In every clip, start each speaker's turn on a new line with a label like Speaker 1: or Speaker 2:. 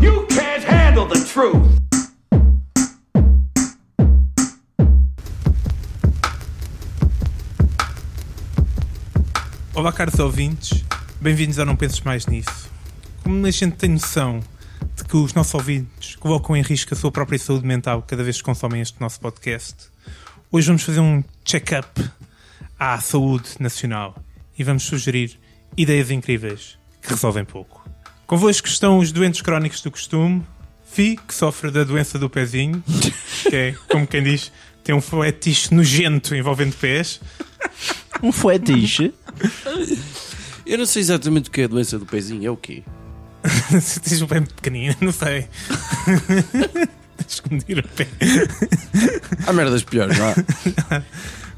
Speaker 1: You can't handle the truth.
Speaker 2: Olá, caros ouvintes, bem-vindos ao Não Penses Mais Nisso. Como a gente tem noção de que os nossos ouvintes colocam em risco a sua própria saúde mental cada vez que consomem este nosso podcast, hoje vamos fazer um check-up à saúde nacional e vamos sugerir ideias incríveis que resolvem pouco. Convosco estão os doentes crónicos do costume, Fi, que sofre da doença do pezinho, que é, como quem diz, tem um fetiche nojento envolvendo pés.
Speaker 3: Um fetiche?
Speaker 4: Eu não sei exatamente o que é a doença do pezinho, é o quê?
Speaker 2: Tens o pé muito pequenino, não sei. Tens que medir o pé.
Speaker 4: Há merdas piores, vá.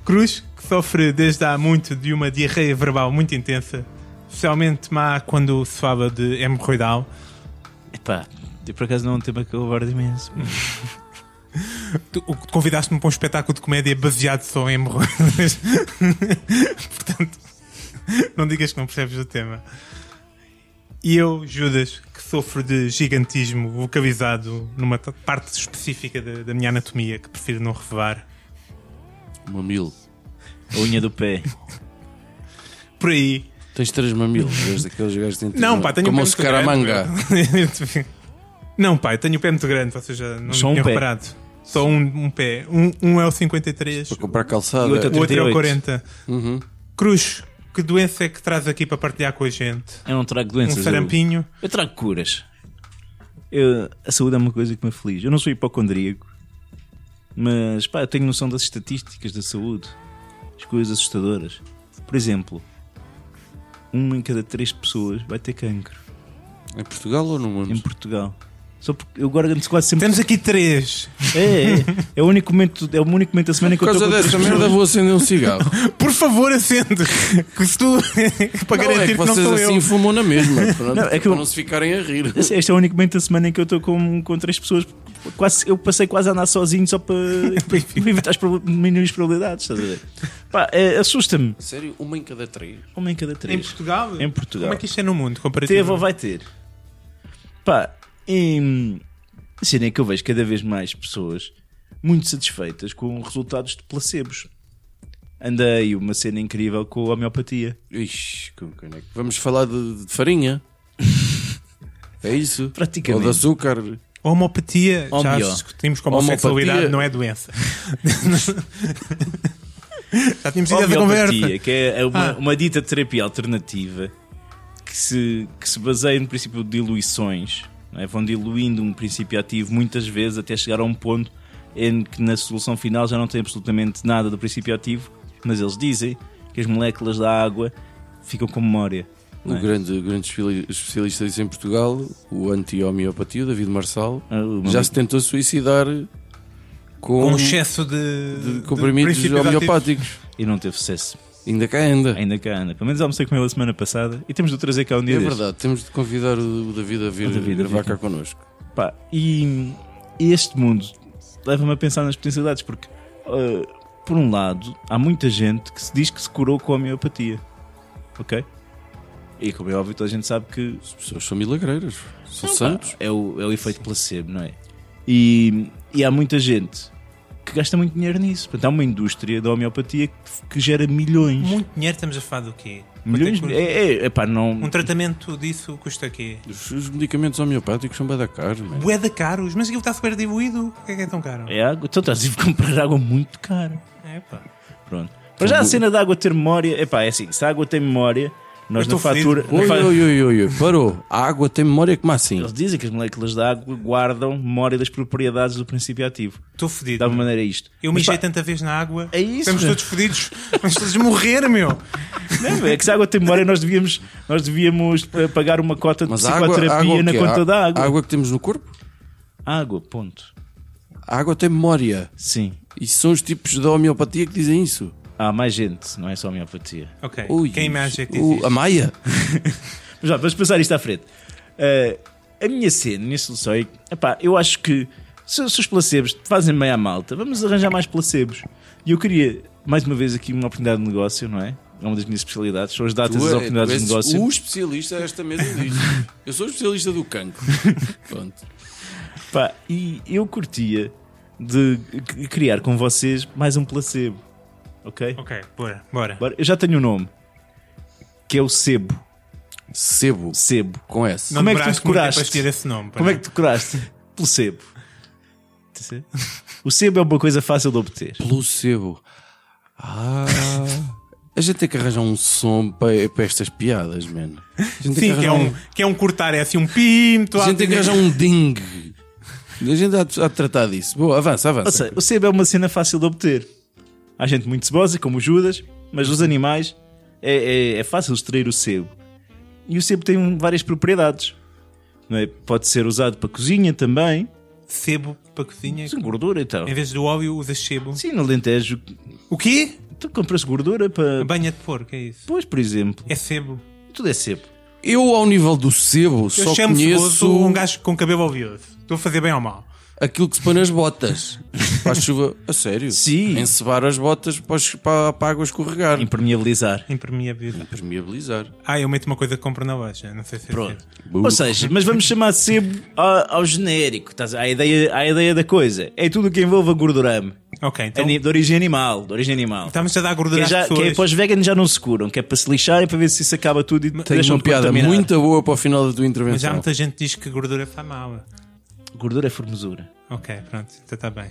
Speaker 2: Cruz, que sofre desde há muito de uma diarreia verbal muito intensa, especialmente má quando se fala de hemorroidal.
Speaker 3: Epá, eu por acaso não é um tema que eu abordo imenso.
Speaker 2: Tu o- convidaste-me para um espetáculo de comédia baseado só em hemorroidas. Portanto, não digas que não percebes o tema. E eu, Judas, que sofro de gigantismo vocalizado numa t- parte específica da, da minha anatomia que prefiro não revelar.
Speaker 4: Mamilo.
Speaker 3: A unha do pé.
Speaker 2: Por aí,
Speaker 4: Tens três mamilos, és daqueles gajos que têm três
Speaker 2: Não,
Speaker 4: mamilos.
Speaker 2: pá, tenho
Speaker 4: Como
Speaker 2: o
Speaker 4: o
Speaker 2: pé muito
Speaker 4: Scaramanga.
Speaker 2: grande. não, pá, eu tenho o pé muito grande, vocês já não
Speaker 3: Só
Speaker 2: me
Speaker 3: um
Speaker 2: tinham
Speaker 3: pé.
Speaker 2: reparado. Só um, um pé. Um, um é o 53,
Speaker 4: Para comprar calçada.
Speaker 3: E outra-
Speaker 2: o outro é o
Speaker 3: 38.
Speaker 2: 40.
Speaker 4: Uhum.
Speaker 2: Cruz, que doença é que traz aqui para partilhar com a gente?
Speaker 3: Eu não trago
Speaker 2: Um
Speaker 3: doenças. eu-
Speaker 2: sarampinho?
Speaker 3: Eu, trago curas. Eu- a saúde é uma coisa que me aflige. Eu não sou hipocondríaco, mas pá, eu tenho noção das estatísticas da saúde, as coisas assustadoras. Por exemplo, uma em cada três pessoas vai ter cancro
Speaker 4: Em Portugal ou no mundo?
Speaker 3: em Portugal. Só porque eu guardo-me quase sempre.
Speaker 2: Temos aqui três.
Speaker 3: É, é, é o único momento, é o único momento da semana em que
Speaker 4: Por
Speaker 3: eu
Speaker 4: causa
Speaker 3: estou com outras
Speaker 4: dessa merda
Speaker 3: pessoas.
Speaker 4: vou acender um cigarro.
Speaker 2: Por favor, acende. Que se tu. para
Speaker 4: não, é
Speaker 2: garantir que
Speaker 4: que
Speaker 2: não
Speaker 4: vocês
Speaker 2: sou
Speaker 4: assim
Speaker 2: eu.
Speaker 4: fumam na mesma. Pronto,
Speaker 3: Não, é que
Speaker 4: para
Speaker 3: eu-
Speaker 4: não se ficarem a rir.
Speaker 3: Esse- Este é o único momento da semana em que eu estou com, com três pessoas. Quase, eu passei quase a andar sozinho só para para evitar as proba- diminuir as probabilidades. Estás a ver? Pá, é, assusta-me.
Speaker 4: Sério, uma em cada três.
Speaker 3: Uma em cada
Speaker 2: Em
Speaker 3: três.
Speaker 2: Portugal?
Speaker 3: Em Portugal.
Speaker 2: Como é que isto é no mundo?
Speaker 3: Teve ou
Speaker 2: Comparativo.
Speaker 3: vai ter. Pá, e. A cena é que eu vejo cada vez mais pessoas muito satisfeitas com resultados de placebos. Andei uma cena incrível com a homeopatia.
Speaker 4: Ixi, como que é que- Vamos falar de, de farinha. É isso?
Speaker 3: Praticamente.
Speaker 4: Ou de açúcar.
Speaker 2: Homopatia, já
Speaker 3: Homeo.
Speaker 2: discutimos como homossexualidade
Speaker 4: Homopatia.
Speaker 2: não é doença. já tínhamos ido a essa conversa.
Speaker 3: Homeopatia, que é uma,
Speaker 2: Ah.
Speaker 3: uma dita terapia alternativa que se, que se baseia no princípio de diluições. não é? Vão diluindo um princípio ativo muitas vezes até chegar a um ponto em que na solução final já não tem absolutamente nada do princípio ativo, mas eles dizem que as moléculas da água ficam com memória.
Speaker 4: O
Speaker 2: é.
Speaker 4: grande, o grande espeli- especialista disso em Portugal, o anti-homeopatia, o David Marçal,
Speaker 3: Ah, o meu
Speaker 4: já
Speaker 3: amigo-
Speaker 4: se tentou suicidar com,
Speaker 3: um
Speaker 2: Com excesso de, de
Speaker 4: de comprimidos
Speaker 2: princípios ativos.
Speaker 4: homeopáticos.
Speaker 3: E não teve sucesso.
Speaker 4: Ainda cá anda.
Speaker 3: Ainda cá anda. Pelo menos almocei com ele a semana passada e temos de o trazer cá um dia.
Speaker 4: É
Speaker 3: destes.
Speaker 4: verdade, temos de convidar o o David a vir
Speaker 3: O David a
Speaker 4: gravar
Speaker 3: vir.
Speaker 4: cá connosco.
Speaker 3: Pá, e este mundo leva-me a pensar nas potencialidades, porque, eh, por um lado, há muita gente que se diz que se curou com a homeopatia, ok? E como é óbvio, toda a gente sabe que
Speaker 4: As pessoas são milagreiras, são santos.
Speaker 3: é o, é o efeito placebo, não é? E, e há muita gente que gasta muito dinheiro nisso. Portanto, há uma indústria da homeopatia que, que gera milhões.
Speaker 2: Tipo, Muito dinheiro estamos a falar do quê? Quanto é
Speaker 3: milhões?
Speaker 2: que custa?
Speaker 3: É, é, epá, não.
Speaker 2: Um tratamento disso custa quê?
Speaker 4: Os, os medicamentos homeopáticos são bada caros, man.
Speaker 2: Bué de caros, mas aquilo está super diluído. Por que é que é tão caro?
Speaker 3: É água. Então estás a ir comprar água muito cara.
Speaker 2: É, pá.
Speaker 3: Pronto. Para já a
Speaker 4: Então,
Speaker 3: cena da água ter memória, epá, é assim, se a água tem memória, nós
Speaker 2: Eu estou
Speaker 3: na fatura. na
Speaker 4: Oi,
Speaker 3: fa-
Speaker 4: oi, oi, oi, oi, parou. A água tem memória como assim?
Speaker 3: Eles dizem que as moléculas da água guardam memória das propriedades do princípio ativo.
Speaker 2: Estou
Speaker 3: De alguma
Speaker 2: fodido.
Speaker 3: maneira é isto.
Speaker 2: Eu
Speaker 3: Mas,
Speaker 2: mijei
Speaker 3: pá,
Speaker 2: tanta vez na água.
Speaker 3: É isso,
Speaker 2: Estamos
Speaker 3: meu.
Speaker 2: todos fodidos. Vamos todos morrer, meu.
Speaker 3: não, é que se a água tem memória, nós devíamos, nós devíamos eh, pagar uma cota de
Speaker 4: Mas a água,
Speaker 3: psicoterapia
Speaker 4: a água o
Speaker 3: na
Speaker 4: quê?
Speaker 3: conta
Speaker 4: a,
Speaker 3: da água.
Speaker 4: A água que temos no corpo?
Speaker 3: Água, ponto.
Speaker 4: A água tem memória.
Speaker 3: Sim.
Speaker 4: E são os tipos da homeopatia que dizem isso.
Speaker 3: Há mais gente, não é só homeopatia.
Speaker 2: Ok.
Speaker 4: Ui,
Speaker 2: Quem mais é que diz
Speaker 4: o-
Speaker 2: isto?
Speaker 4: A Maia?
Speaker 3: Mas já, vamos passar isto à frente. Eh, a minha cena, a minha solução é que, epá, eu acho que se, se os placebos fazem bem à malta, vamos arranjar mais placebos. E eu queria, mais uma vez, aqui uma oportunidade de negócio, não é? É uma das minhas especialidades, são as datas e as
Speaker 4: é-
Speaker 3: oportunidades de
Speaker 4: és
Speaker 3: negócio.
Speaker 4: o especialista a esta mesa disto. Eu sou o especialista do cancro. Pronto.
Speaker 3: Pá, e eu curtia de c- criar com vocês mais um placebo, ok?
Speaker 2: Ok, bora, bora.
Speaker 3: Agora, eu já tenho um nome, que é o sebo,
Speaker 4: Sebo.
Speaker 3: sebo.
Speaker 4: Com S.
Speaker 2: Não
Speaker 3: Como é que
Speaker 2: demoraste muito
Speaker 3: tu
Speaker 2: tempo
Speaker 3: decoraste?
Speaker 2: a escolher esse nome.
Speaker 3: Como é que decoraste? Pelo sebo. O sebo é uma coisa fácil de obter.
Speaker 4: Pelo sebo. Ah. A gente tem que arranjar um som para, para estas piadas, mano. A gente tem
Speaker 2: Sim, que é,
Speaker 4: arranjar
Speaker 2: um, que é um cortar, é assim um pinto.
Speaker 4: A gente tem que
Speaker 2: algo-
Speaker 4: arranjar um ding. A gente há de há de tratar disso. Boa, avança,
Speaker 3: Ou
Speaker 4: avança.
Speaker 3: seja, o sebo é uma cena fácil de obter. Há gente muito cebosa, como o Judas, mas os animais é, é- é fácil extrair o sebo. E o sebo tem um, várias propriedades. não é? Pode ser usado para cozinha também,
Speaker 2: Sebo para a cozinha.
Speaker 3: sem gordura e tal.
Speaker 2: Em vez do óleo, usa sebo.
Speaker 3: Sim, no Alentejo,
Speaker 2: O quê?
Speaker 3: tu compras gordura para.
Speaker 2: Banha de porco, é isso.
Speaker 3: Pois, por exemplo,
Speaker 2: É sebo.
Speaker 3: tudo é sebo.
Speaker 4: Eu, ao nível do sebo,
Speaker 2: Eu
Speaker 4: só
Speaker 2: chamo
Speaker 4: conheço
Speaker 2: ceboso um gajo com cabelo ovioso. Estou a fazer bem ou mal.
Speaker 4: aquilo que se põe nas botas. Para a chuva. A sério?
Speaker 3: Sim.
Speaker 4: Encebar as botas para, as- para, para a água escorregar.
Speaker 3: Impermeabilizar.
Speaker 2: Impermeabilidade.
Speaker 4: Impermeabilizar.
Speaker 2: Ah, eu meto uma coisa que compro na loja. Não sei se é
Speaker 3: Pronto.
Speaker 2: sebo.
Speaker 3: Ou seja, mas vamos chamar sebo ao, ao genérico. Estás a, a ideia, a ideia da coisa é tudo o que envolva gordurame.
Speaker 2: Ok, então.
Speaker 3: Ani- de origem animal. De origem animal.
Speaker 2: Estamos a dar
Speaker 3: Que
Speaker 2: gordura
Speaker 3: é, já,
Speaker 2: às
Speaker 3: que é para
Speaker 2: pessoas.
Speaker 3: os veganos já não se curam, que é para se lixarem para ver se isso acaba tudo e
Speaker 4: Tenho
Speaker 3: deixam
Speaker 4: uma
Speaker 3: de
Speaker 4: piada
Speaker 3: contaminar.
Speaker 4: muito boa para o final da tua
Speaker 2: Mas já
Speaker 4: intervenção.
Speaker 2: muita gente diz que gordura faz mal.
Speaker 3: Gordura é formosura.
Speaker 2: Ok, pronto, então está bem.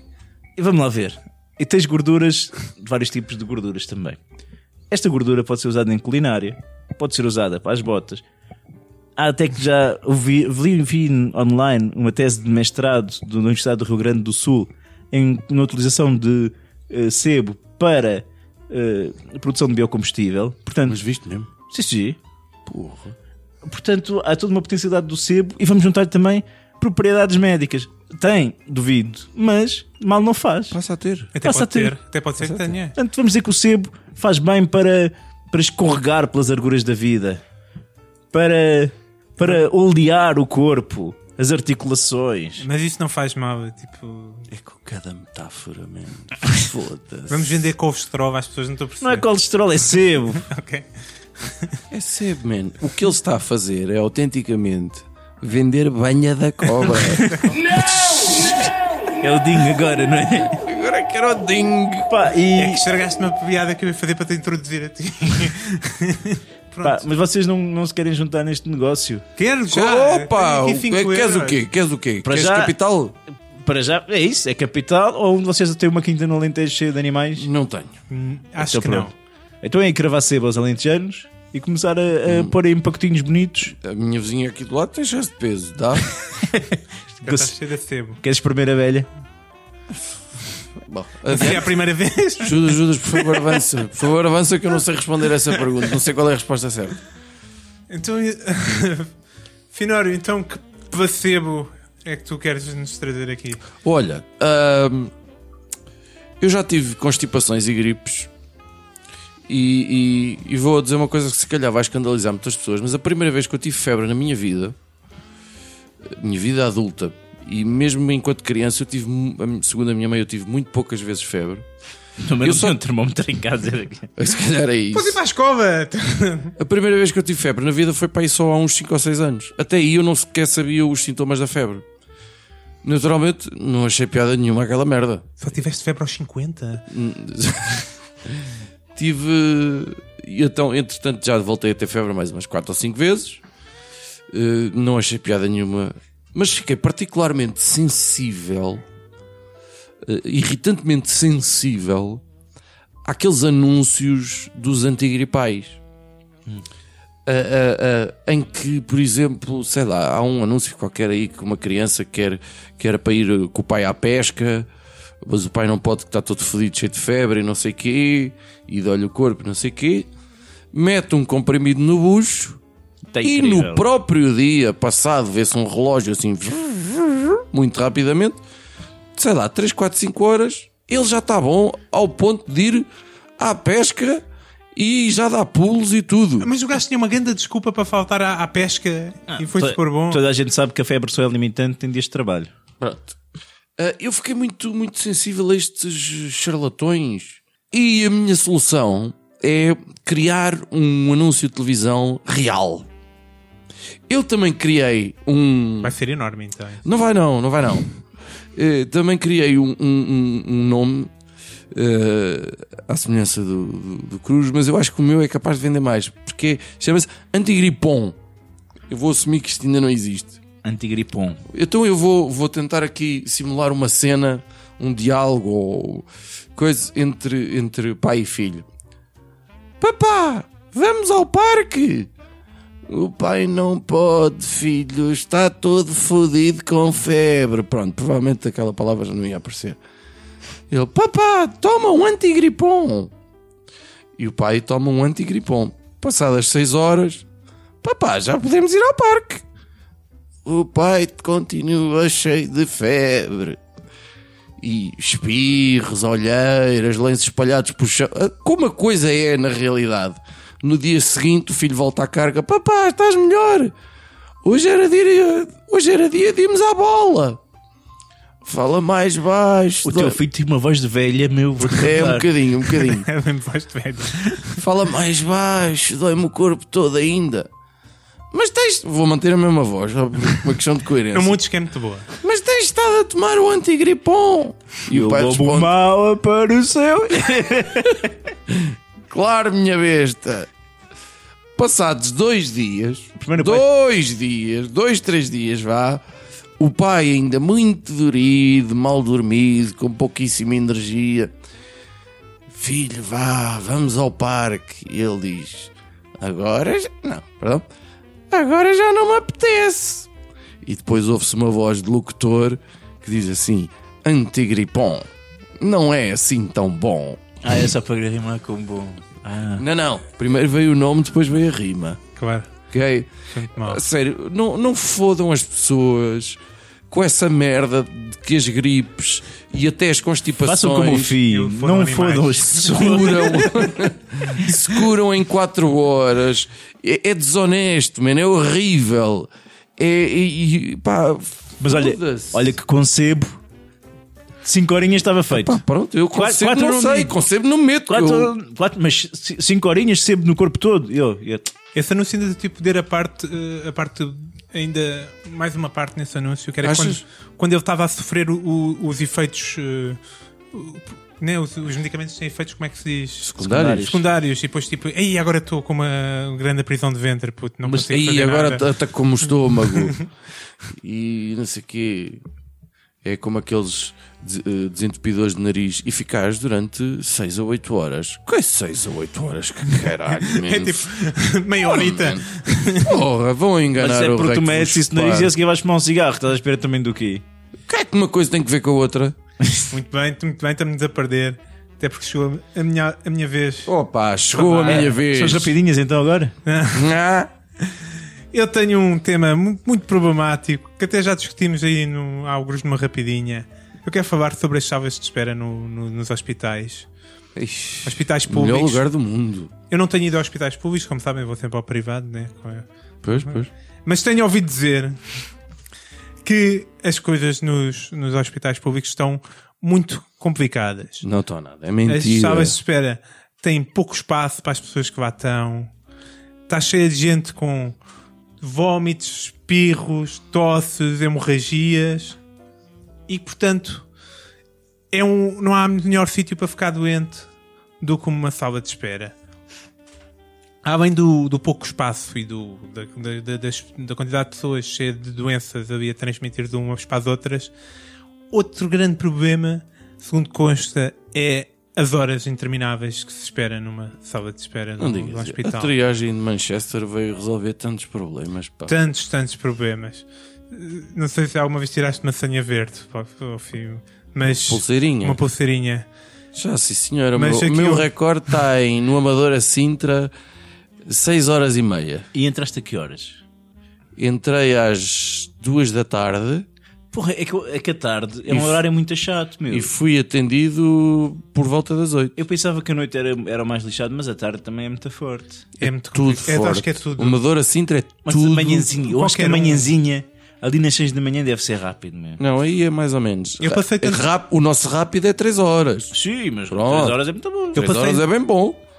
Speaker 3: E vamos lá ver. E tens gorduras, vários tipos de gorduras também. Esta gordura pode ser usada em culinária, pode ser usada para as botas. Há até que já ouvi, vi, vi online uma tese de mestrado da Universidade do Rio Grande do Sul em, na utilização de eh, sebo para eh, a produção de biocombustível. Portanto,
Speaker 4: Mas viste mesmo?
Speaker 3: sim, sim.
Speaker 4: Porra.
Speaker 3: Portanto, há toda uma potencialidade do sebo e vamos juntar também propriedades médicas. Tem, duvido, mas mal não faz.
Speaker 4: Passa a ter.
Speaker 2: Até
Speaker 3: Passa
Speaker 2: pode
Speaker 3: a ter.
Speaker 2: ter. Até pode ser que tenha.
Speaker 3: Portanto, vamos dizer que o sebo faz bem para, para escorregar pelas arguras da vida, para, para olear o corpo, as articulações.
Speaker 2: Mas isso não faz mal. Tipo,
Speaker 4: É com cada metáfora, mano. Foda-se.
Speaker 2: vamos vender couves de trova às pessoas, não estou a
Speaker 3: Não é
Speaker 2: perceber.
Speaker 3: colesterol, é sebo.
Speaker 2: Ok.
Speaker 4: É sebo, man. O que ele está a fazer é autenticamente vender banha da cobra.
Speaker 3: É o dinho agora, não é?
Speaker 4: Agora quero o ding.
Speaker 3: Pá, e-
Speaker 2: É que estragaste uma piada que eu ia fazer para te introduzir a ti.
Speaker 3: pá,
Speaker 2: Pronto.
Speaker 3: mas vocês não, não se querem juntar neste negócio.
Speaker 2: Quero
Speaker 4: Já,
Speaker 2: claro, tenho
Speaker 4: opa! o- é
Speaker 2: aqui cinco
Speaker 4: Queres o
Speaker 2: euros.
Speaker 4: quê? Queres o quê?
Speaker 3: Para
Speaker 4: queres
Speaker 3: já-
Speaker 4: capital?
Speaker 3: Para já, é isso, é capital ou um de vocês tem uma quinta no Alentejo cheia de animais?
Speaker 4: Não tenho.
Speaker 2: Hum, Acho
Speaker 3: Então
Speaker 2: que
Speaker 3: pronto. Então é encravar sebo aos alentejanos e começar a, a pôr em pacotinhos bonitos.
Speaker 4: A minha vizinha aqui do lado tem excesso de peso, dá?
Speaker 2: não. Que eu estás cheio de sebo.
Speaker 3: Queres espremer a velha?
Speaker 4: Bom,
Speaker 2: Seria a
Speaker 4: adiante.
Speaker 2: primeira vez.
Speaker 4: Judas, Judas, por favor, avança. Por favor, avança que eu não sei responder a essa pergunta. Não sei qual é a resposta certa.
Speaker 2: Então, Finório, então que placebo é que tu queres nos trazer aqui?
Speaker 4: Olha, ahm, eu já tive constipações e gripes. E, e- e vou dizer uma coisa que se calhar vai escandalizar muitas pessoas, mas a primeira vez que eu tive febre na minha vida, minha vida adulta, e mesmo enquanto criança, eu tive, mu- segundo a minha mãe, eu tive muito poucas vezes febre.
Speaker 3: Também
Speaker 4: Eu só-
Speaker 3: um termómetro em casa. era-
Speaker 4: Se calhar é isso.
Speaker 2: Podes ir para a escova!
Speaker 4: A primeira vez que eu tive febre na vida foi para aí só há uns 5 ou 6 anos. Até aí eu não sequer sabia os sintomas da febre. Naturalmente, não achei piada nenhuma aquela merda.
Speaker 2: Só tiveste febre aos 50?
Speaker 4: Tive. e Então, entretanto, já voltei a ter febre mais umas 4 ou 5 vezes. Eh, Não achei piada nenhuma. Mas fiquei particularmente sensível, eh, irritantemente sensível, àqueles anúncios dos antigripais. A- a- a- Ah, em que, por exemplo, sei lá, há um anúncio qualquer aí que uma criança quer, quer para ir eh, com o pai à pesca, mas o pai não pode, que está todo fodido, cheio de febre e não sei quê, e dói-lhe o corpo, não sei quê, mete um comprimido no bucho
Speaker 3: Tá
Speaker 4: e
Speaker 3: incrível.
Speaker 4: no próprio dia passado vê-se um relógio assim, muito rapidamente, sei lá, 3, 4, 5 horas, ele já está bom ao ponto de ir à pesca e já dá pulos e tudo.
Speaker 2: Mas o gajo tinha uma grande desculpa para faltar à, à pesca e foi
Speaker 3: Ah, Toda-
Speaker 2: super bom.
Speaker 3: Toda a gente sabe que a febre só é limitante em dias de trabalho.
Speaker 4: Pronto. Ah, eu fiquei muito, muito sensível a estes charlatões. E a minha solução é criar um anúncio de televisão real. Eu também criei um.
Speaker 2: Vai ser enorme então.
Speaker 4: Não vai não, não vai não. Eh, também criei um, um- um- um nome eh, à semelhança do, do, do Cruz, mas eu acho que o meu é capaz de vender mais. Porque chama-se Antigripom. Eu vou assumir que isto ainda não existe.
Speaker 3: Antigripom.
Speaker 4: Então eu vou, vou tentar aqui simular uma cena, um diálogo ou coisa entre, entre pai e filho. Papá, vamos ao parque! O pai não pode, filho, está todo fodido com febre. Pronto, provavelmente aquela palavra já não ia aparecer. Ele, papá, toma um antigripom! E o pai toma um antigripom. Passadas 6 horas, papá, já podemos ir ao parque. O pai continua cheio de febre. E espirros, olheiras, lenços espalhados por chão. Ah, Como a coisa é na realidade. No dia seguinte o filho volta à carga. Papá, estás melhor? Hoje era dia, hoje era dia de irmos à bola. Fala mais baixo.
Speaker 3: O teu filho tem uma voz de velha, meu. vou-te
Speaker 4: É, um
Speaker 3: contar.
Speaker 4: bocadinho, um bocadinho.
Speaker 2: É mesmo voz de velho.
Speaker 4: Fala mais baixo, dói-me o corpo todo ainda. Mas tens... Vou manter a mesma voz, só por uma questão de coerência.
Speaker 2: Eu mudo que é muito boa.
Speaker 4: Mas tens estado a tomar o antigripom. E
Speaker 3: E
Speaker 4: o
Speaker 3: o
Speaker 4: pai
Speaker 3: lobo
Speaker 4: responde:
Speaker 3: mau apareceu.
Speaker 4: Claro, minha besta. Passados dois dias,
Speaker 3: Primeiro pai-
Speaker 4: dois dias, dois, três dias, vá. O pai ainda muito dorido, mal dormido, com pouquíssima energia. Filho, vá, vamos ao parque. E ele diz: Agora. já- Não, perdão. Agora já não me apetece. E depois ouve-se uma voz de locutor que diz assim: Antigripom, não é assim tão bom.
Speaker 3: ah, é só para rimar com bom. Ah,
Speaker 4: Não, não. Primeiro veio o nome, depois veio a rima.
Speaker 2: Claro.
Speaker 4: Ok?
Speaker 2: Foi muito
Speaker 3: Ah.
Speaker 2: mal.
Speaker 4: A Sério, não, não fodam as pessoas com essa merda de que as gripes e até as constipações
Speaker 3: façam como o filho.
Speaker 2: e foram
Speaker 3: Não fodam
Speaker 2: animais.
Speaker 3: as pessoas.
Speaker 4: curam, se curam em 4 horas. É, é desonesto, man, é horrível. É, e- e, pá,
Speaker 3: Mas olha,
Speaker 4: foda-se.
Speaker 3: olha que concebo. Cinco horinhas estava feito.
Speaker 4: Pá, pronto, eu
Speaker 3: Quatro-
Speaker 4: concebo,
Speaker 3: quatro
Speaker 4: não
Speaker 3: não
Speaker 4: sei,
Speaker 3: digo.
Speaker 4: concebo no medo. eu-
Speaker 3: Quatro, quatro, mas ci- cinco horinhas sebo no corpo todo. Eu, eu-
Speaker 2: Esse anúncio ainda teve poder a parte, eh, a parte ainda mais uma parte nesse anúncio, que era
Speaker 4: Achas?
Speaker 2: quando, quando ele estava a sofrer o- o- os efeitos, eh, o- né, os, os medicamentos têm efeitos, como é que se diz?
Speaker 4: Secundários.
Speaker 2: Secundários, e depois tipo, ei, agora estou com uma grande prisão de ventre, puto, não
Speaker 4: Mas
Speaker 2: consigo
Speaker 4: aí
Speaker 2: fazer
Speaker 4: agora
Speaker 2: nada.
Speaker 4: atacou-me o estômago e não sei o quê. É como aqueles des- eh, desentupidores de nariz eficaz durante 6 a 8 horas. Que 6 a 8 horas? Que caralho,
Speaker 2: É
Speaker 4: man.
Speaker 2: tipo, meia horita.
Speaker 4: Porra, vão
Speaker 3: mas
Speaker 4: enganar
Speaker 3: é
Speaker 4: o
Speaker 3: porque tu
Speaker 4: Rectus
Speaker 3: metes isso no
Speaker 4: Spar.
Speaker 3: nariz e a seguir vais fumar um cigarro. Estás à espera também do quê?
Speaker 4: O que é que uma coisa tem que ver com a outra?
Speaker 2: Muito bem, muito bem, estamos a perder. Até porque chegou a minha, a minha vez.
Speaker 4: Opa, chegou a minha
Speaker 3: é, São as
Speaker 4: vez.
Speaker 3: rapidinhas então agora?
Speaker 4: Ah,
Speaker 2: Eu tenho um tema muito, muito problemático que até já discutimos aí no Algures numa rapidinha. Eu quero falar sobre as chaves de espera no- no- nos hospitais.
Speaker 4: ixi,
Speaker 2: Hospitais
Speaker 4: o melhor
Speaker 2: públicos.
Speaker 4: lugar do mundo.
Speaker 2: Eu não tenho ido a hospitais públicos, como sabem, vou sempre ao privado, né?
Speaker 4: Pois, pois.
Speaker 2: Mas tenho ouvido dizer que as coisas nos, nos hospitais públicos estão muito complicadas.
Speaker 4: Não estou nada, é
Speaker 2: As
Speaker 4: mentira.
Speaker 2: salas de espera têm pouco espaço para as pessoas que lá estão. Está cheia de gente com vómitos, espirros, tosses, hemorragias. E, portanto, é um, não há melhor sítio para ficar doente do que uma sala de espera. Além do, do pouco espaço e do, da, da- da- das- da quantidade de pessoas cheia de doenças ali a transmitir de umas para as outras, outro grande problema, segundo consta, é as horas intermináveis que se espera numa sala de espera
Speaker 4: Não
Speaker 2: num, num
Speaker 4: digas. A
Speaker 2: hospital.
Speaker 4: triagem de Manchester veio resolver tantos problemas. Pá.
Speaker 2: Tantos, tantos problemas. Eh, Não sei se alguma vez tiraste uma sanha verde, pá, ao fim, mas
Speaker 4: Pulseirinha.
Speaker 2: uma pulseirinha.
Speaker 4: Já, sim senhora. O
Speaker 2: Mas
Speaker 4: meu,
Speaker 2: aquilo-
Speaker 4: meu recorde está em, no Amador a Sintra, 6 horas e meia.
Speaker 3: E entraste a que horas?
Speaker 4: Entrei às 2 da tarde
Speaker 3: Porra, é que, eu- é que a tarde é um
Speaker 4: E f-
Speaker 3: horário muito chato, meu.
Speaker 4: E fui atendido por volta das 8.
Speaker 3: Eu pensava que a noite era, era mais lixado, mas a tarde também é muito forte.
Speaker 2: É muito
Speaker 4: Tudo
Speaker 2: complicado.
Speaker 4: forte.
Speaker 2: é, Acho que é tudo.
Speaker 4: Uma dor a Sintra é
Speaker 3: Mas
Speaker 4: tudo.
Speaker 3: a manhãzinha, eu acho que a
Speaker 2: qualquer um.
Speaker 3: manhãzinha, ali nas 6 da manhã, deve ser rápido, meu.
Speaker 4: Não, aí é mais ou menos.
Speaker 2: Eu passei tanto-
Speaker 4: Rap- O nosso rápido é 3 horas.
Speaker 3: Sim, mas
Speaker 4: Pronto.
Speaker 3: 3 horas é muito bom.
Speaker 2: Eu
Speaker 4: 3
Speaker 2: passei-
Speaker 4: horas é bem bom.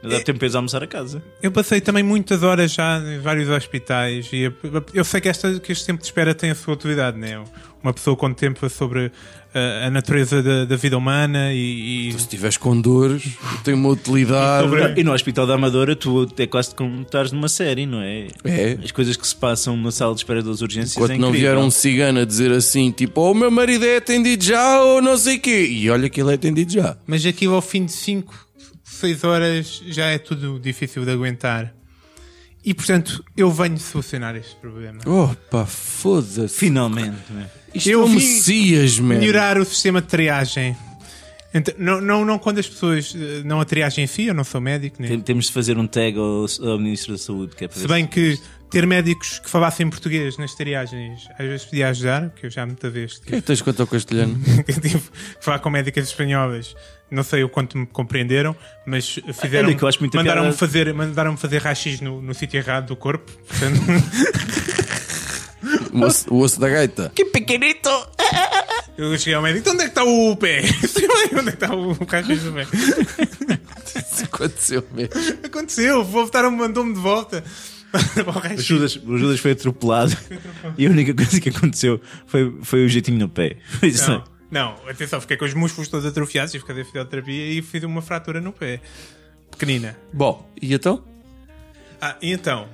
Speaker 3: Mas Dá tempo para ires almoçar a casa.
Speaker 2: Eu passei também muitas horas já em vários hospitais e eu, eu sei que, esta, que este tempo de espera tem a sua utilidade, né? Uma pessoa contempla sobre eh, a, a natureza da, da vida humana e, e
Speaker 4: Se estiveres com dores, tem uma utilidade.
Speaker 2: é
Speaker 3: E no Hospital da Amadora, tu é quase como estás numa série, não é?
Speaker 4: É.
Speaker 3: As coisas que se passam na sala de espera das urgências é
Speaker 4: Enquanto não
Speaker 3: incrível.
Speaker 4: vier um cigano a dizer assim, tipo, "Oh, o meu marido é atendido já ou não sei quê. E olha que ele é atendido já.
Speaker 2: Mas aquilo ao fim de 5, 6 horas já é tudo difícil de aguentar. E portanto, eu venho solucionar este problema.
Speaker 4: Opa, foda-se.
Speaker 3: Finalmente, não é?
Speaker 4: Isto
Speaker 2: Eu
Speaker 4: é um
Speaker 2: vim
Speaker 4: Messias, man.
Speaker 2: Melhorar o sistema de triagem. Então, não, não, não quando as pessoas. eh, Não a triagem em si, eu não sou médico, nem.
Speaker 3: Tem- Temos de fazer um tag ao, ao Ministro da Saúde. Que é para
Speaker 2: Se
Speaker 3: ver
Speaker 2: bem que ter médicos que falassem português nas triagens às vezes podia ajudar, que eu já muita vez
Speaker 4: O que é que tens quanto ao castelhano?
Speaker 2: eu tive que falar com médicas espanholas. Não sei o quanto me compreenderam, mas fizeram.
Speaker 3: Olha que eu acho muita
Speaker 2: Mandaram-me
Speaker 3: piada.
Speaker 2: fazer, mandaram fazer rachis no, no sítio errado do corpo. Portanto,
Speaker 4: O osso, o osso da gaita.
Speaker 2: é eu cheguei ao médico: "Então onde é que está o pé? Sei lá, onde é que está o rachis do pé?
Speaker 4: Isso aconteceu mesmo.
Speaker 2: Aconteceu, o voltaram mandou-me de volta. para o
Speaker 3: O
Speaker 2: rachis.
Speaker 3: Judas, o Judas foi atropelado e a única coisa que aconteceu foi, foi o jeitinho no pé. Foi isso.
Speaker 2: Não, não, atenção, fiquei com os músculos todos atrofiados, tive que fazer fisioterapia e fiz uma fratura no pé. Pequenina.
Speaker 4: Bom, e então?
Speaker 2: Ah, e então.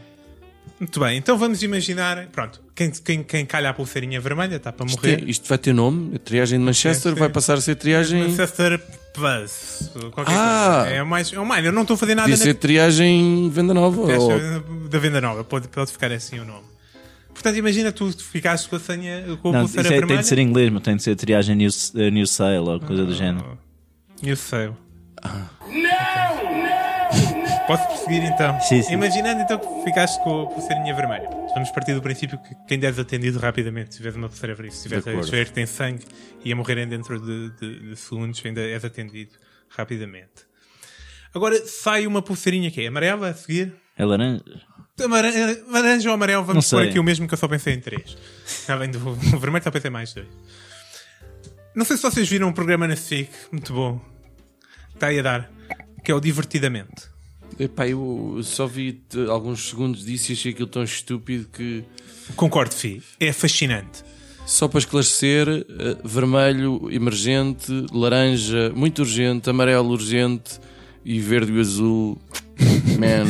Speaker 2: Muito bem, então vamos imaginar. Pronto, quem, quem, quem calha a pulseirinha vermelha está para morrer.
Speaker 4: Tem- isto vai ter nome? A triagem de Manchester
Speaker 2: Sim, sim.
Speaker 4: vai passar a ser triagem.
Speaker 2: Manchester Plus. Qualquer
Speaker 4: Ah!
Speaker 2: coisa. É o mais. É o mais. Eu não estou a fazer nada
Speaker 4: Podia ser triagem Venda Nova.
Speaker 2: na
Speaker 4: ou-
Speaker 2: festa da venda nova. Pode, pode ficar assim o nome. Portanto, imagina tu ficaste com a senha com a
Speaker 3: Não, isso
Speaker 2: pulseira
Speaker 3: é, tem
Speaker 2: vermelha.
Speaker 3: de ser em inglês, mas tem de ser triagem New, eh, new Sale ou coisa do género.
Speaker 2: Eu sei. Posso prosseguir então?
Speaker 3: Sim, sim.
Speaker 2: Imaginando então que ficaste com a pulseirinha vermelha. Vamos partir do princípio que quem deres atendido rapidamente, se tiveres uma pulseira vermelha, se tiveres a
Speaker 4: acordo.
Speaker 2: ver que tem sangue e a morrerem dentro de, de- de segundos, ainda és atendido rapidamente. Agora sai uma pulseirinha que é amarela a seguir.
Speaker 3: É laranja?
Speaker 2: Amara- Laranja ou eh, amarelo, vamos
Speaker 3: Não
Speaker 2: pôr
Speaker 3: sei.
Speaker 2: aqui o mesmo que eu só pensei em três. Além do o vermelho, só pensei mais dois. Não sei se vocês viram um programa na SIC, muito bom. Está aí a dar. Que é o Divertidamente.
Speaker 4: Epá, eu só vi t- alguns segundos disso e achei aquilo tão estúpido que.
Speaker 2: Concordo, Fi. É fascinante.
Speaker 4: Só para esclarecer, eh, vermelho emergente, laranja muito urgente, amarelo urgente e verde e azul. Man,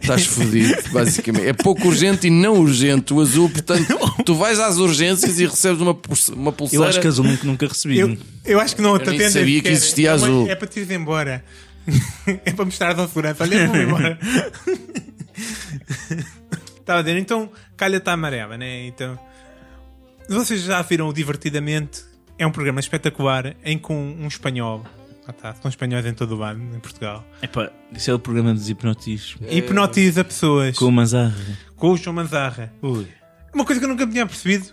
Speaker 4: estás fodido, basicamente. É pouco urgente e não urgente. O azul, portanto, tu vais às urgências e recebes uma, pulse- uma
Speaker 3: Eu
Speaker 4: pulseira.
Speaker 3: acho que azul nunca, nunca recebi.
Speaker 2: Eu, eu acho que não te
Speaker 4: nem
Speaker 2: atendem
Speaker 4: sabia que
Speaker 2: sequer.
Speaker 4: existia
Speaker 2: é uma-
Speaker 4: azul.
Speaker 2: É para te ir embora. é para mostrar ao segurança. Olha, vou embora. Estava a dizer, então calha está amarela, né? Então, vocês já viram o Divertidamente? É um programa espetacular em que um, um espanhol. Ah, tá, são espanhóis em todo o lado, em Portugal.
Speaker 3: Epá, isso é o programa dos hipnotismos.
Speaker 4: Eh,
Speaker 2: Hipnotiza pessoas
Speaker 3: Com o Manzarra.
Speaker 2: com o João Manzarra. Uma coisa que eu nunca tinha percebido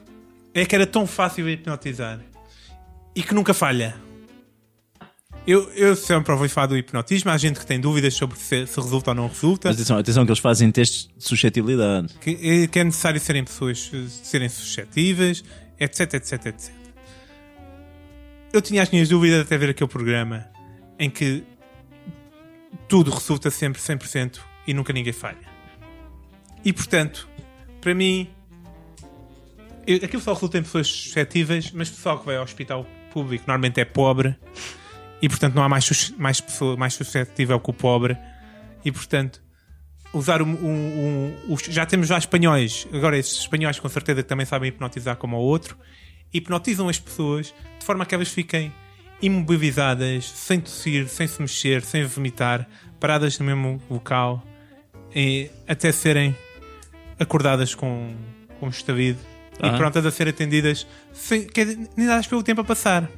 Speaker 2: é que era tão fácil hipnotizar e que nunca falha. Eu, eu sempre ouvi falar do hipnotismo. Há gente que tem dúvidas sobre se, se resulta ou não resulta.
Speaker 3: Mas atenção, atenção que eles fazem testes de suscetibilidade.
Speaker 2: Que, é- que é necessário serem pessoas eh, serem suscetíveis, etc, etc, etc. Eu tinha as minhas dúvidas até ver aquele programa em que tudo resulta sempre 100% e nunca ninguém falha. E portanto, para mim, eu, aquilo só resulta em pessoas suscetíveis, mas pessoal que vai ao hospital público normalmente é pobre e portanto não há mais, sus- mais pessoa mais suscetível que o pobre e portanto usar um, um- um- os- já temos já espanhóis agora esses espanhóis com certeza que também sabem hipnotizar como ao outro hipnotizam as pessoas de forma que elas fiquem imobilizadas sem tossir sem se mexer sem vomitar paradas no mesmo local e até serem acordadas com com um estavido
Speaker 3: Ah.
Speaker 2: e prontas a ser atendidas sem quer dizer, nem dadas pelo tempo a passar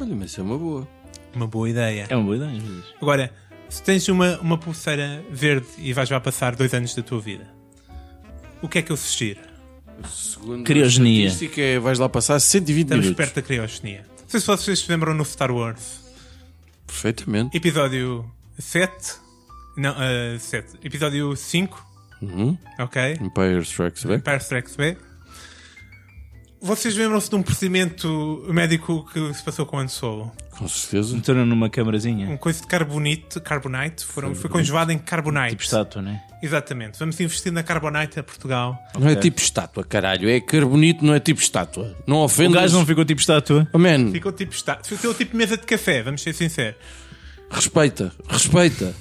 Speaker 4: Olha, mas isso é uma boa.
Speaker 2: uma boa ideia
Speaker 3: É uma boa ideia, Judas.
Speaker 2: Agora, se tens uma, uma pulseira verde e vais lá passar dois anos da tua vida, o que é que eu sugiro?
Speaker 4: Segundo
Speaker 3: Criogenia.
Speaker 4: a estatística, é, vais lá passar 120
Speaker 2: Estamos
Speaker 4: minutos.
Speaker 2: perto da criogenia. Não sei se vocês se lembram no Star Wars.
Speaker 4: Perfeitamente.
Speaker 2: Episódio 7. Não, ah, 7. Episódio 5.
Speaker 4: Uhum.
Speaker 2: Ok.
Speaker 4: Empire Strikes Back.
Speaker 2: Empire Strikes Back. Vocês lembram-se de um procedimento médico que se passou com o Han Solo?
Speaker 4: Com certeza.
Speaker 3: Meteram numa câmarazinha.
Speaker 2: Uma coisa de carbonite, carbonite, foram, foi conjugado em carbonite.
Speaker 3: Tipo estátua, né?
Speaker 2: Exatamente. Vamos investir na carbonite a Portugal.
Speaker 4: Não é tipo estátua, caralho. É carbonito, não é tipo estátua. Não
Speaker 3: O
Speaker 4: ofendas.
Speaker 3: gajo não ficou tipo estátua.
Speaker 4: Oh, man,
Speaker 2: Ficou tipo está. Ficou tipo mesa de café, vamos ser sinceros.
Speaker 4: respeita, respeita.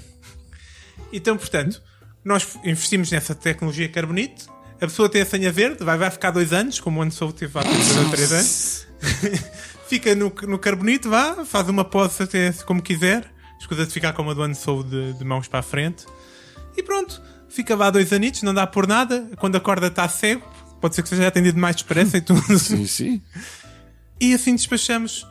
Speaker 2: Então, portanto, nós investimos nessa tecnologia carbonite. A pessoa tem a senha verde, vai, vai ficar dois anos, como o ano solo teve há dois ou três anos. Fica no, no carbonite, vá, faz uma pose até como quiser. Escusa de ficar como a do ano solo de, de mãos para a frente. E pronto, fica lá dois anitos, não dá por nada. Quando acorda está cego. Pode ser que seja atendido mais depressa e tudo.
Speaker 4: Sim, sim.
Speaker 2: E assim despachamos.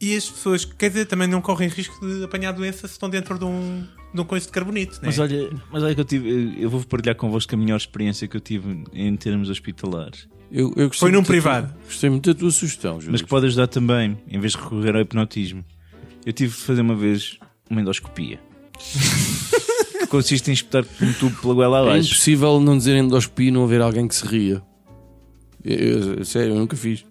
Speaker 2: E as pessoas, quer dizer, também não correm risco de apanhar doença se estão dentro de um, de um coiso de carbonito, né?
Speaker 3: Mas olha, mas olha que eu tive. Eu vou partilhar convosco a melhor experiência que eu tive em termos hospitalares.
Speaker 4: Eu, eu gostei
Speaker 2: Foi num
Speaker 4: muito da
Speaker 2: privado.
Speaker 4: tua- gostei muito da tua sugestão, Júlio. É
Speaker 3: Mas que pode ajudar também, em vez de recorrer ao hipnotismo. Eu tive de fazer uma vez uma endoscopia. que consiste em espetar um tubo pela goela
Speaker 4: É
Speaker 3: abaixo.
Speaker 4: impossível não dizer endospi e não haver alguém que se ria. Eu- eu- sério, eu nunca fiz.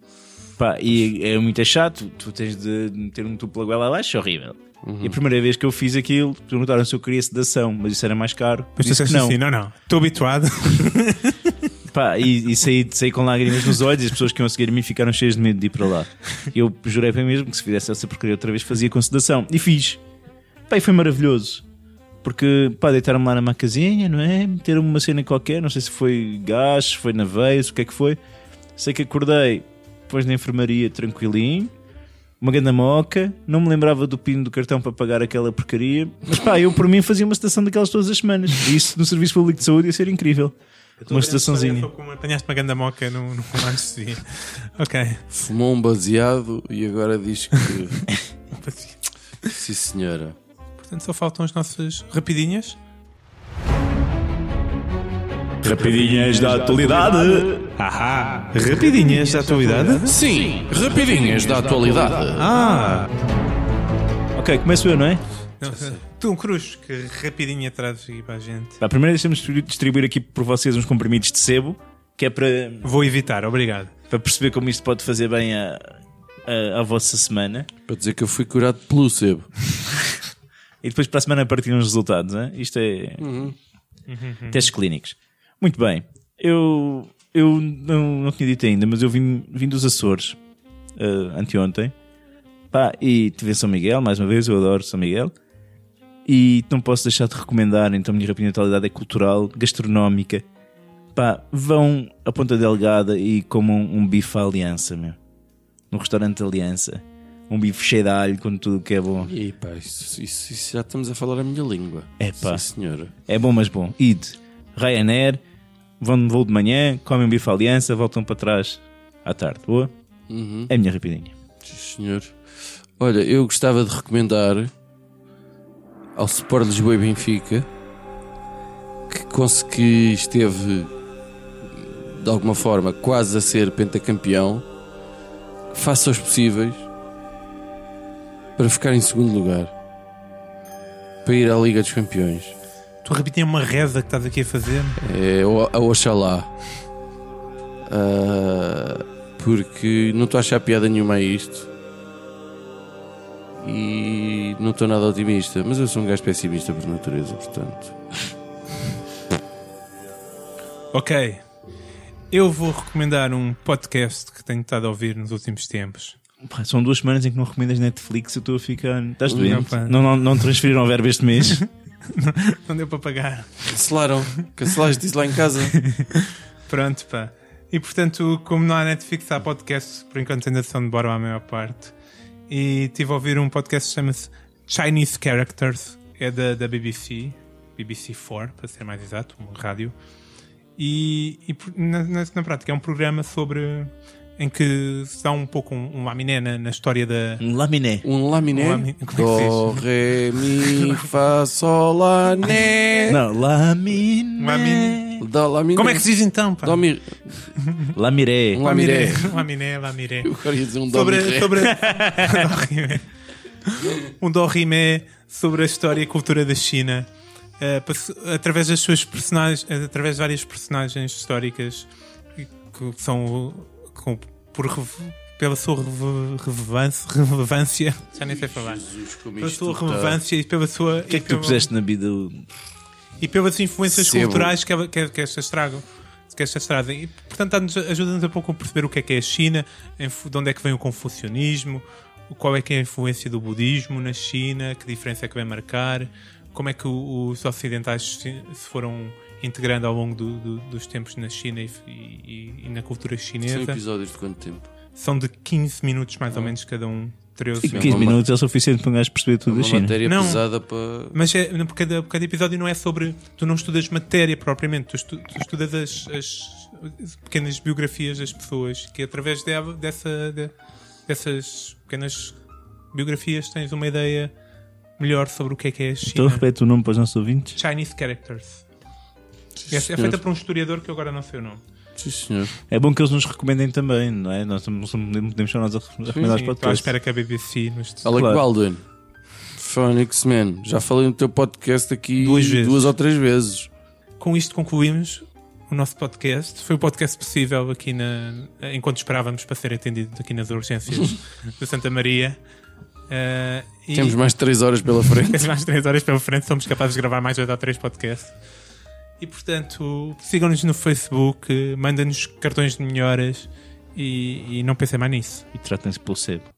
Speaker 3: Pá, e é muito chato, tu tens de meter um tubo pela goela abaixo, é horrível.
Speaker 2: Uhum.
Speaker 3: E a primeira vez que eu fiz aquilo, perguntaram se eu queria sedação, mas isso era mais caro.
Speaker 2: Mas tu
Speaker 3: Disse que
Speaker 2: disseste
Speaker 3: não.
Speaker 2: assim, não, não, estou habituado.
Speaker 3: Pá, e, e saí, saí com lágrimas nos olhos e as pessoas que iam seguir a mim ficaram cheias de medo de ir para lá. Eu jurei para mim mesmo que se fizesse essa porcaria outra vez fazia com sedação. E fiz. Pá, e foi maravilhoso. Porque, pá, deitaram-me lá na macazinha, não é? Meteram-me uma cena qualquer, não sei se foi gás, se foi na veia, se o que é que foi. Sei que acordei, depois na enfermaria, tranquilinho. Uma ganda moca, não me lembrava do pino do cartão para pagar aquela porcaria, mas pá, eu por mim fazia uma sedação daquelas todas as semanas. E isso no Serviço Público de Saúde ia ser incrível. Uma sedaçãozinha.
Speaker 2: Só como Apanhaste uma ganda moca no, no com anestesia. ok.
Speaker 4: Fumou um baseado e agora diz que. sim, senhora.
Speaker 2: Portanto, só faltam as nossas rapidinhas.
Speaker 3: Rapidinhas da atualidade.
Speaker 2: Ahá, rapidinhas da atualidade.
Speaker 4: Sim, rapidinhas da atualidade.
Speaker 2: Ah!
Speaker 3: Ok, começo eu, não é?
Speaker 2: Não, tu, um cruz, que rapidinho atrás aqui para a gente.
Speaker 3: Pá, primeiro deixamos distribuir aqui por vocês uns comprimidos de sebo, que é para,
Speaker 2: Vou evitar, obrigado.
Speaker 3: para perceber como isto pode fazer bem à à- à vossa semana.
Speaker 4: Para dizer que eu fui curado pelo sebo.
Speaker 3: E depois para a semana partilham os resultados. Hein? Isto é. Testes clínicos. Muito bem. Eu, eu não, não tinha dito ainda, mas eu vim, vim dos Açores eh, anteontem. Pá, e tive em São Miguel, mais uma vez, eu adoro São Miguel. E não posso deixar de recomendar, então a minha rapidinalidade é cultural, gastronómica. Pá, vão à Ponta Delgada e comam um bife à Aliança, meu. No restaurante Aliança. Um bife cheio de alho com tudo o que é bom.
Speaker 4: E pá, isso, isso- isso já estamos a falar a minha língua.
Speaker 3: Epá.
Speaker 4: Sim, senhora.
Speaker 3: É bom, mas bom. Id. Ryanair. Vão de voo de manhã, comem um bife à aliança, voltam para trás à tarde. Boa?
Speaker 4: Uhum.
Speaker 3: É a minha rapidinha.
Speaker 4: Sim, senhor. Olha, eu gostava de recomendar ao Sport Lisboa e Benfica que, cons- que esteve de alguma forma quase a ser pentacampeão que faça os possíveis para ficar em segundo lugar para ir à Liga dos Campeões
Speaker 2: Tu repetir uma reza que estás aqui a fazer.
Speaker 4: é o- a Oxalá. Ah, porque não estou a achar piada nenhuma a isto. E não estou nada otimista. Mas eu sou um gajo pessimista por natureza, portanto.
Speaker 2: Ok. Eu vou recomendar um podcast que tenho estado a ouvir nos últimos tempos.
Speaker 3: Pá, são duas semanas em que não recomendas Netflix eu estou a ficar. Estás
Speaker 2: Não,
Speaker 3: doente?
Speaker 2: pá.
Speaker 3: Não, não, não transferiram o verbo este mês.
Speaker 2: Não deu para pagar.
Speaker 4: Cancelaram. Cancelaste isso lá em casa.
Speaker 2: Pronto, pá. E portanto, como não há Netflix, há podcasts, por enquanto ainda são de Borba a maior parte. E estive a ouvir um podcast que chama-se Chinese Characters, é da, da BBC, BBC4, para ser mais exato, um rádio. E, e por- na, na, na prática é um programa sobre. em que se dá um pouco um, um laminé na, na história da.
Speaker 3: Um Laminé.
Speaker 4: Um laminé.
Speaker 2: Um laminé. Como é que se diz?
Speaker 4: Do, ré, mi, fá, sol, lá, né.
Speaker 3: Não, Laminé.
Speaker 2: Um laminé.
Speaker 4: Dá lá
Speaker 2: Como é que se diz então, pá?
Speaker 4: Domi...
Speaker 3: Lamiré.
Speaker 4: Um
Speaker 2: Lamiré.
Speaker 4: lamiré.
Speaker 2: Lamiré, Lamiré.
Speaker 4: Eu queria dizer um
Speaker 2: Sobre,
Speaker 4: domiré.
Speaker 2: sobre... Dorrimé. um Dorrimé sobre a história e a cultura da China. eh, pass- através das suas personagens, eh, através de várias personagens históricas que que são com- por rev- pela sua reve- relevância, relevância, já nem sei falar,
Speaker 4: Jesus, como
Speaker 2: pela
Speaker 4: isto
Speaker 2: sua
Speaker 4: está.
Speaker 2: relevância e pela sua
Speaker 3: O que é que tu puseste na vida?
Speaker 2: e pelas influências
Speaker 4: Sebo.
Speaker 2: culturais que, ela- que, que estas tragam. Que estas trazem. E, portanto, dá-nos- ajuda-nos a pouco a perceber o que é que é a China, em fu- de onde é que vem o confucionismo, qual é que é a influência do budismo na China, que diferença é que vem marcar, como é que o- os ocidentais se se foram integrando ao longo do- do- dos tempos na China e, e- e na cultura
Speaker 4: São
Speaker 2: chinesa.
Speaker 4: episódios de quanto tempo?
Speaker 2: São de 15 minutos, mais ou menos, cada um. 13
Speaker 4: Sim,
Speaker 3: 15
Speaker 4: uma-
Speaker 3: minutos é o suficiente para um gajo perceber tudo da
Speaker 4: Uma
Speaker 3: China.
Speaker 4: matéria
Speaker 2: Não.
Speaker 4: pesada para...
Speaker 2: Mas é, não, porque cada, cada episódio não é sobre. Tu não estudas matéria propriamente, tu, estu- tu estudas as, as pequenas biografias das pessoas, que é através de- dessa, de- dessas pequenas biografias tens uma ideia melhor sobre o que é que é a
Speaker 3: Então
Speaker 2: China.
Speaker 3: repete o nome para os nossos ouvintes.
Speaker 2: Chinese Characters. É, é
Speaker 4: senhor.
Speaker 2: feita por um historiador que eu agora não sei o nome.
Speaker 4: Sim, senhor.
Speaker 3: É bom que eles nos recomendem também, não é? Nós não somos- podemos só nós a recomendar os
Speaker 2: Sim, Estou à
Speaker 3: podcasts.
Speaker 2: espera que a BBC nos.
Speaker 4: Alec
Speaker 3: Claro.
Speaker 4: Baldwin. Phonics Man. Já falei no teu podcast aqui
Speaker 2: Duas vezes.
Speaker 4: duas ou três vezes.
Speaker 2: com isto concluímos o nosso podcast. Foi o podcast possível aqui na, enquanto esperávamos para ser atendido aqui nas urgências do Santa Maria. Eh, e
Speaker 4: Temos mais três horas pela frente.
Speaker 2: temos mais 3 horas pela frente, somos capazes de gravar mais 8 ou 3 podcasts. E portanto, sigam-nos no Facebook, eh, mandem-nos cartões de melhoras e, e não pensem mais nisso.
Speaker 3: E tratem-se pelo sebo.